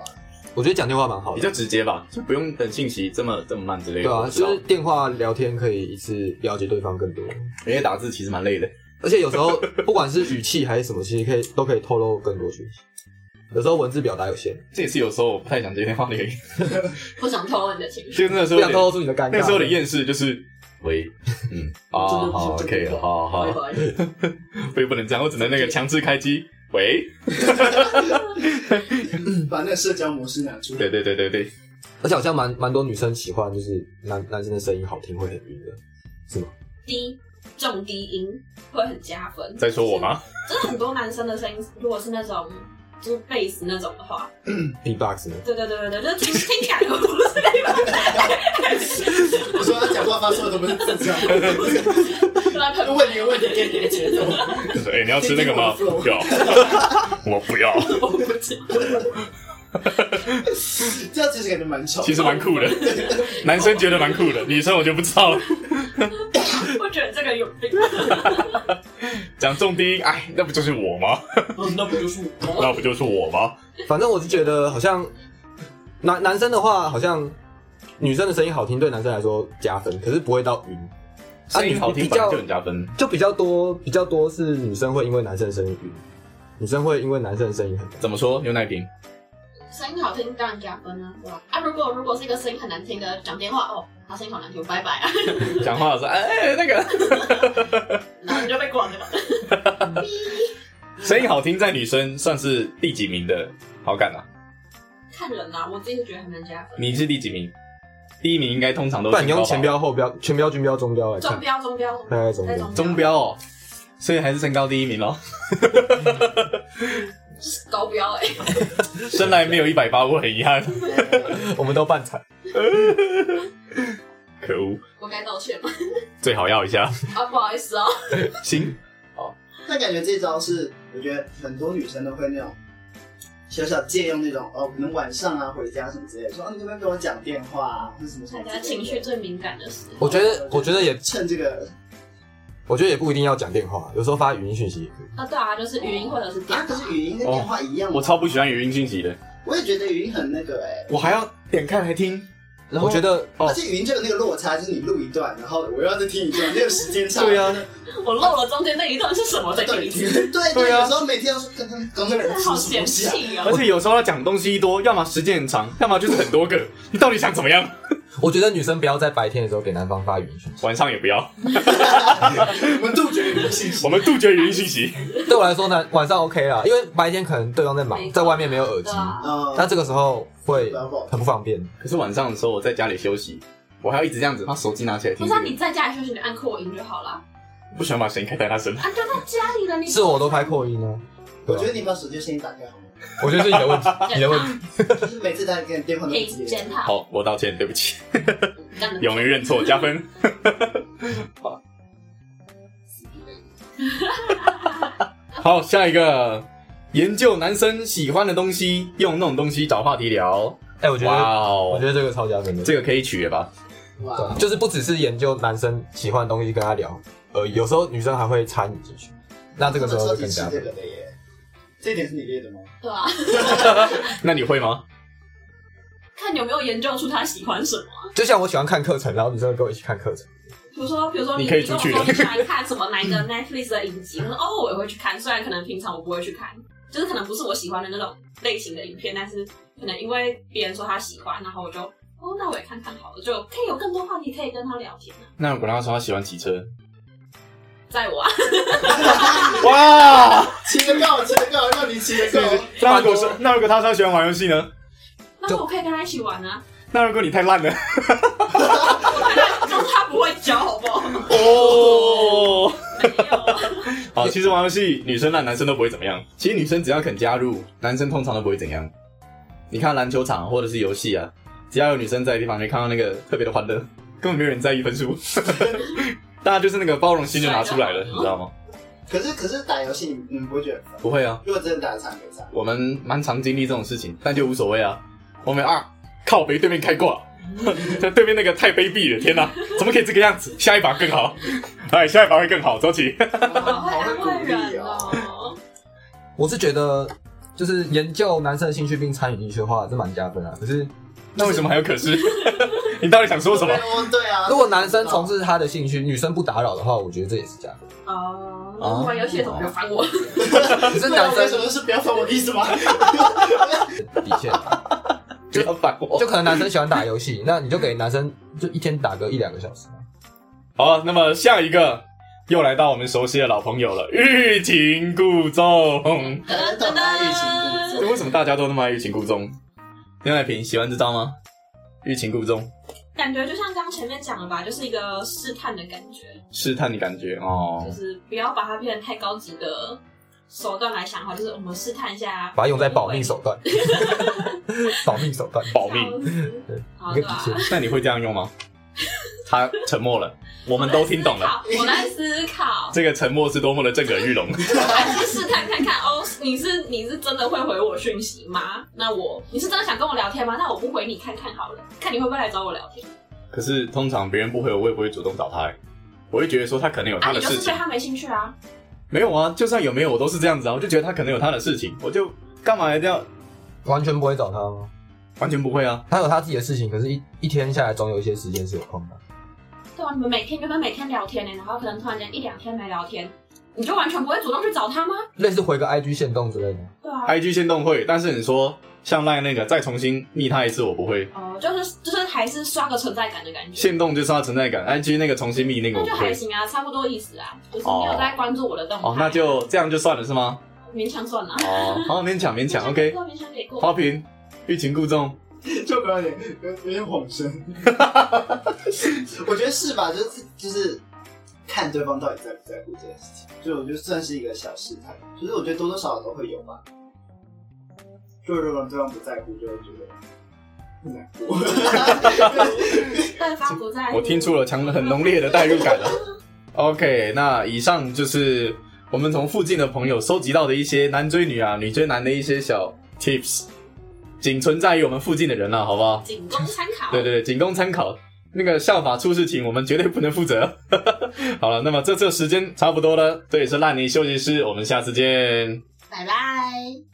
S4: 我觉得讲电话蛮好
S3: 比
S4: 的。
S3: 较直接吧，就不用等信息这么这么慢之类的。
S4: 对啊，
S3: 我知道
S4: 就是电话聊天可以一次了解对方更多，
S3: 因为打字其实蛮累的。
S4: 而且有时候不管是语气还是什么，其实可以都可以透露更多讯息。有时候文字表达有限，
S3: 这也是有时候我不太想接电话的原因。
S2: 不想透露你的情绪。
S3: 就那个时候
S4: 不
S3: 有
S4: 想透
S3: 点，
S4: 露出你的尴尬。
S3: 那个时候有点厌世，就是喂，嗯，啊，
S1: 真的不
S3: 好
S1: 是真
S3: ，OK，
S1: 的不
S3: 好
S2: 拜
S3: 好，
S2: 拜。
S3: 我也不能这样，我只能那个强制开机。喂，
S1: 把那个社交模式拿出来。
S3: 对对对对对，
S4: 而且好像蛮蛮多女生喜欢，就是男男生的声音好听会很晕的，是吗？
S2: 低重低音会很加分。
S3: 在说我？吗？
S2: 真的很多男生的声音，如果是那种就是贝斯那种的话，
S4: B-box 呢？
S2: 对对对对对，就是听听起来就不是那
S1: 我说他讲话发出的都不是正常。
S2: 个，就来喷
S1: 问你个问题，给你个节奏。
S3: 就是哎，你要吃那个吗？
S1: 听听我
S3: 不要，我不要。
S2: 我不知道。
S1: 这样其实感觉蛮丑。
S3: 其实蛮酷的，男生觉得蛮酷的，女生我就不知道了。
S2: 我觉得这个有病。
S3: 讲重低音，哎，那不就是我吗？
S1: 那不就是
S3: 那不就是我吗？
S4: 反正我是觉得好像男男生的话，好像女生的声音好听对男生来说加分，可是不会到晕，
S3: 声音好
S4: 你
S3: 听
S4: 比较
S3: 本来就很加分。
S4: 就比较多比较多是女生会因为男生的声音晕，女生会因为男生的声音很
S3: 怎么说？牛奶瓶？
S2: 声音好听当然加分啊，对吧？啊，如果如果是一个声音很难听的讲电话，哦，他声音好难听，拜拜啊，
S3: 讲话的时候，哎，那个
S2: 然后你就被挂了吧。
S3: 声音好听，在女生算是第几名的好感啊？
S2: 看人啊，我自己是觉得很难加分。
S3: 你是第几名？第一名应该通常都
S4: 不
S3: 是
S4: 然你用前
S3: 高吧，
S4: 标、后标、全标、均标、中标来
S2: 中
S4: 看，
S2: 标中标，
S4: 大概中
S2: 在
S4: 标。
S3: 中标哦，所以还是身高第一名咯。
S2: 高标哎、
S3: 生来没有一百八，我很遗憾。
S4: 我们都半残。
S3: 可恶，
S2: 我该道歉吗？
S3: 最好要一下。
S2: 啊，不好意思哦。
S3: 行，
S1: 但感觉这招是，我觉得很多女生都会那种小小借用那种哦，可能晚上啊回家什么之类的，说、啊、你可不可以跟我讲电话啊，或者什么什
S2: 大
S1: 么之类
S2: 家
S1: 的。
S2: 情绪最敏感的时候
S4: 我，觉得，我觉得也，
S1: 趁这个
S4: 我觉得也不一定要讲电话，有时候发语音讯息也可以。
S2: 啊，对啊，就是语音或者是电
S1: 啊，可。
S2: 话
S1: 是语音
S4: 哦
S1: 跟电话一样、啊
S3: 我超不喜，欢语音讯息的，
S1: 我也觉得语音很那个哎、
S3: 我还要点开来听。然后
S4: 我觉得
S3: 哦
S1: 而且语音就有那个落差，就是你录一段，然后我又要再听一段，那个时间差。
S4: 对啊，
S2: 我漏了中间那一段是什么？再听
S1: 对
S2: 一
S1: 对
S2: 次，
S1: 对对
S3: 对啊
S1: 有时候每天要说刚刚刚刚人
S2: 真的
S1: 吃
S2: 好
S1: 什么东
S2: 嫌
S1: 西啊？
S2: 弃
S3: 而
S2: 哦。
S3: 且有时候他讲东西多，要么时间很长，要么就是很多个。你到底想怎么样？
S4: 我觉得女生不要在白天的时候给男方发语音讯息。
S3: 晚上也不要，
S1: 我们杜绝语音信息
S3: 我。们杜绝语音信息。
S4: 对我来说呢，晚上 OK 啦，因为白天可能对方在忙
S2: 没，错
S4: 在外面没有耳
S2: 对
S4: 机，
S2: 啊，
S1: 啊
S4: 那这个时候会
S1: 不要不好
S4: 很不方便。
S3: 可是晚上的时候我在家里休息，我还要一直这样子把手机拿起来
S2: 不
S3: 听
S2: 是、
S3: 这
S2: 啊、
S3: 个。
S2: 你在家里休息，你按扩音就好啦。
S3: 不喜欢把声音开在他身上。
S2: 啊，就在家里了，你
S4: 是我都开扩音啊，对
S1: 我觉
S4: 吧
S1: 得你把手机声音打开好吗？
S4: 我觉得是你的问题，你的问题。
S1: 就是 每次打给你电话都不
S2: 听
S1: 接。
S2: 检讨，
S3: 好，我道歉，对不起，
S2: 干得
S3: 勇于认错，加分。好，下一个，研究男生喜欢的东西，用那种东西找话题聊。
S4: 哎，我觉
S3: 哇
S4: 得，我
S3: 哦，
S4: 觉得这个超加分的，啊
S3: 这个可以取了 吧？
S1: 哇，
S4: 就是不只是研究男生喜欢的东西跟他聊，呃，有时候女生还会参与进去，那这个时候
S1: 超
S4: 就
S1: 级
S4: 更
S1: 吃
S4: 加
S1: 这
S4: 分。
S1: 个的耶。这一点是你列的吗？
S2: 对啊，
S3: 那你会吗？
S2: 看有没有研究出他喜欢什么。
S4: 就像我喜欢看课程，然后女生会跟我一起看课程，
S2: 比如说，比如说
S3: 你
S2: 你
S3: 可以出去
S2: 你跟我说你喜欢看什么哪一 个 Netflix 的影集，我说哦，我也会去看，虽然可能平常我不会去看，就是可能不是我喜欢的那种类型的影片，但是可能因为别人说他喜欢，然后我就哦，那我也看看好了，就可以有更多话题可以跟他聊天啊。
S3: 那如果他说他喜欢骑车，
S2: 在我啊，
S3: 哇！
S1: 骑得够，骑得够，让你骑得够。
S3: 那如果说，那如果他说他喜欢玩游戏呢？
S2: 那我可以跟他一起玩啊，
S3: 那如果你太烂了，
S2: 我看看就是他不会教，好不好？
S3: 哦好，哦其实玩游戏女生烂，男生都不会怎么样。其实女生只要肯加入，男生通常都不会怎样。你看篮球场或者是游戏啊，只要有女生在的地方，你看到那个特别的欢乐， 根本没有人在意分数， 大家就是那个包容心就拿出来了，你知道吗？
S1: 可是可是打游戏你们不会觉得很烦？
S3: 不会啊，
S1: 如果真的打场比赛，
S3: 我们蛮常经历这种事情，但就无所谓啊。我们啊，靠北对面开挂， 在对面那个太卑鄙了，天哪，怎么可以这个样子？下一把更好，哎，下一把会更好，走起。
S1: 好
S2: 哦好
S1: 会
S2: 会
S1: 鼓
S2: 安慰
S1: 励
S2: 人
S1: 哦。
S2: 哦。
S4: 我是觉得，就是研究男生的兴趣并参与医学化是蛮加分啊。可是
S3: 那为什么还有可是？ 你到底想说什 么？
S1: 哦对啊，
S4: 如果男生从事他的兴趣，女生不打扰的话，我觉得这也是加分。
S2: 哦，玩游戏的时候不要烦我。
S4: 可是
S1: 对啊
S4: 男
S1: 为什
S4: 生
S1: 么是不要烦我的意思 吗？
S4: 底线，
S3: 不要烦我
S4: 就可能男生喜欢打游戏，那你就给男生就一天打个一两个小时。
S3: 好，那么下一个又来到我们熟悉的老朋友了，欲擒故 纵。
S1: 很懂啊，疫情工作。
S3: 为什么大家都那么爱欲擒故纵？牛奶瓶喜欢这招吗？欲擒故纵，
S2: 感觉就像刚前面讲的吧，就是一个试探的感觉，
S3: 试探的感觉哦
S2: 就。是不要把它变成太高级的手段来想的话，就是我们试探一下，
S4: 把它用在保命手段，保命手段，
S3: 保
S2: 笑
S3: 命。
S2: 死。 好
S4: 一个
S2: 对
S4: 底
S2: 吧？
S4: 线。
S3: 那你会这样用吗？他沉默了，我们都听懂了。
S2: 我在思考，
S3: 这个沉默是多么的震耳欲 聋。
S2: 我还是试探看看哦，你是你是真的会回我讯息吗？那我你是真的想跟我聊天吗？那我不回你看看好了，看你会不会来找我聊天。
S3: 可是通常别人不回我，我也不会主动找他、欸我会觉得说他可能有
S2: 啊，
S3: 他
S2: 你
S3: 的
S2: 就
S3: 事
S2: 是
S3: 情
S2: 对。他没兴趣啊。
S3: 没有啊，就算有没有，我都是这样子啊。我就觉得他可能有他的事情，我就干嘛一定要？
S4: 完全不会找他吗？
S3: 完全不会啊。
S4: 他有他自己的事情，可是一一天下来总有一些时间是有空的。
S2: 对啊，你们每天原本每天聊天呢、然后可能突然间一两天没聊天，你就完全不会主动去找他吗？
S4: 类似回个 IG 线动之类的，
S2: 对啊。
S3: IG 先动会，但是你说像赖那个再重新密他一次，我不会。
S2: 哦，就是就是还是刷个存在感的感觉，
S3: 限动就是他存在感，IG 那个重新密那个
S2: 那
S3: 我
S2: 就
S3: 不
S2: 还
S3: 会。
S2: 行啊，差不多意思啊，就是你有在关注我的动态，
S3: 哦，那就这样就算了 是吗？
S2: 勉强算了。
S3: 哦，好勉强勉强，OK。
S2: 勉强给过，
S3: 花瓶，欲擒故纵，
S1: 就不要脸，有有点恍神。 我觉得是吧？就是就是看对方到底在不在乎这件事情，所以我觉得算是一个小试探。就是我觉得多多少少都会有吧。就如果对方不在乎，就会觉得很难 过。
S2: 对方不在乎，
S3: 我听出了强很浓烈的代入感了。OK，那以上就是我们从附近的朋友收集到的一些男追女啊、女追男的一些小 tips，仅存在于我们附近的人了、啊好不好？
S2: 仅供参考。
S3: 对对对，仅供参考。那个效法出事情，我们绝对不能负责。 好了，那么这次的时间差不多了，这里是烂泥休息室，我们下次见。
S2: 拜拜。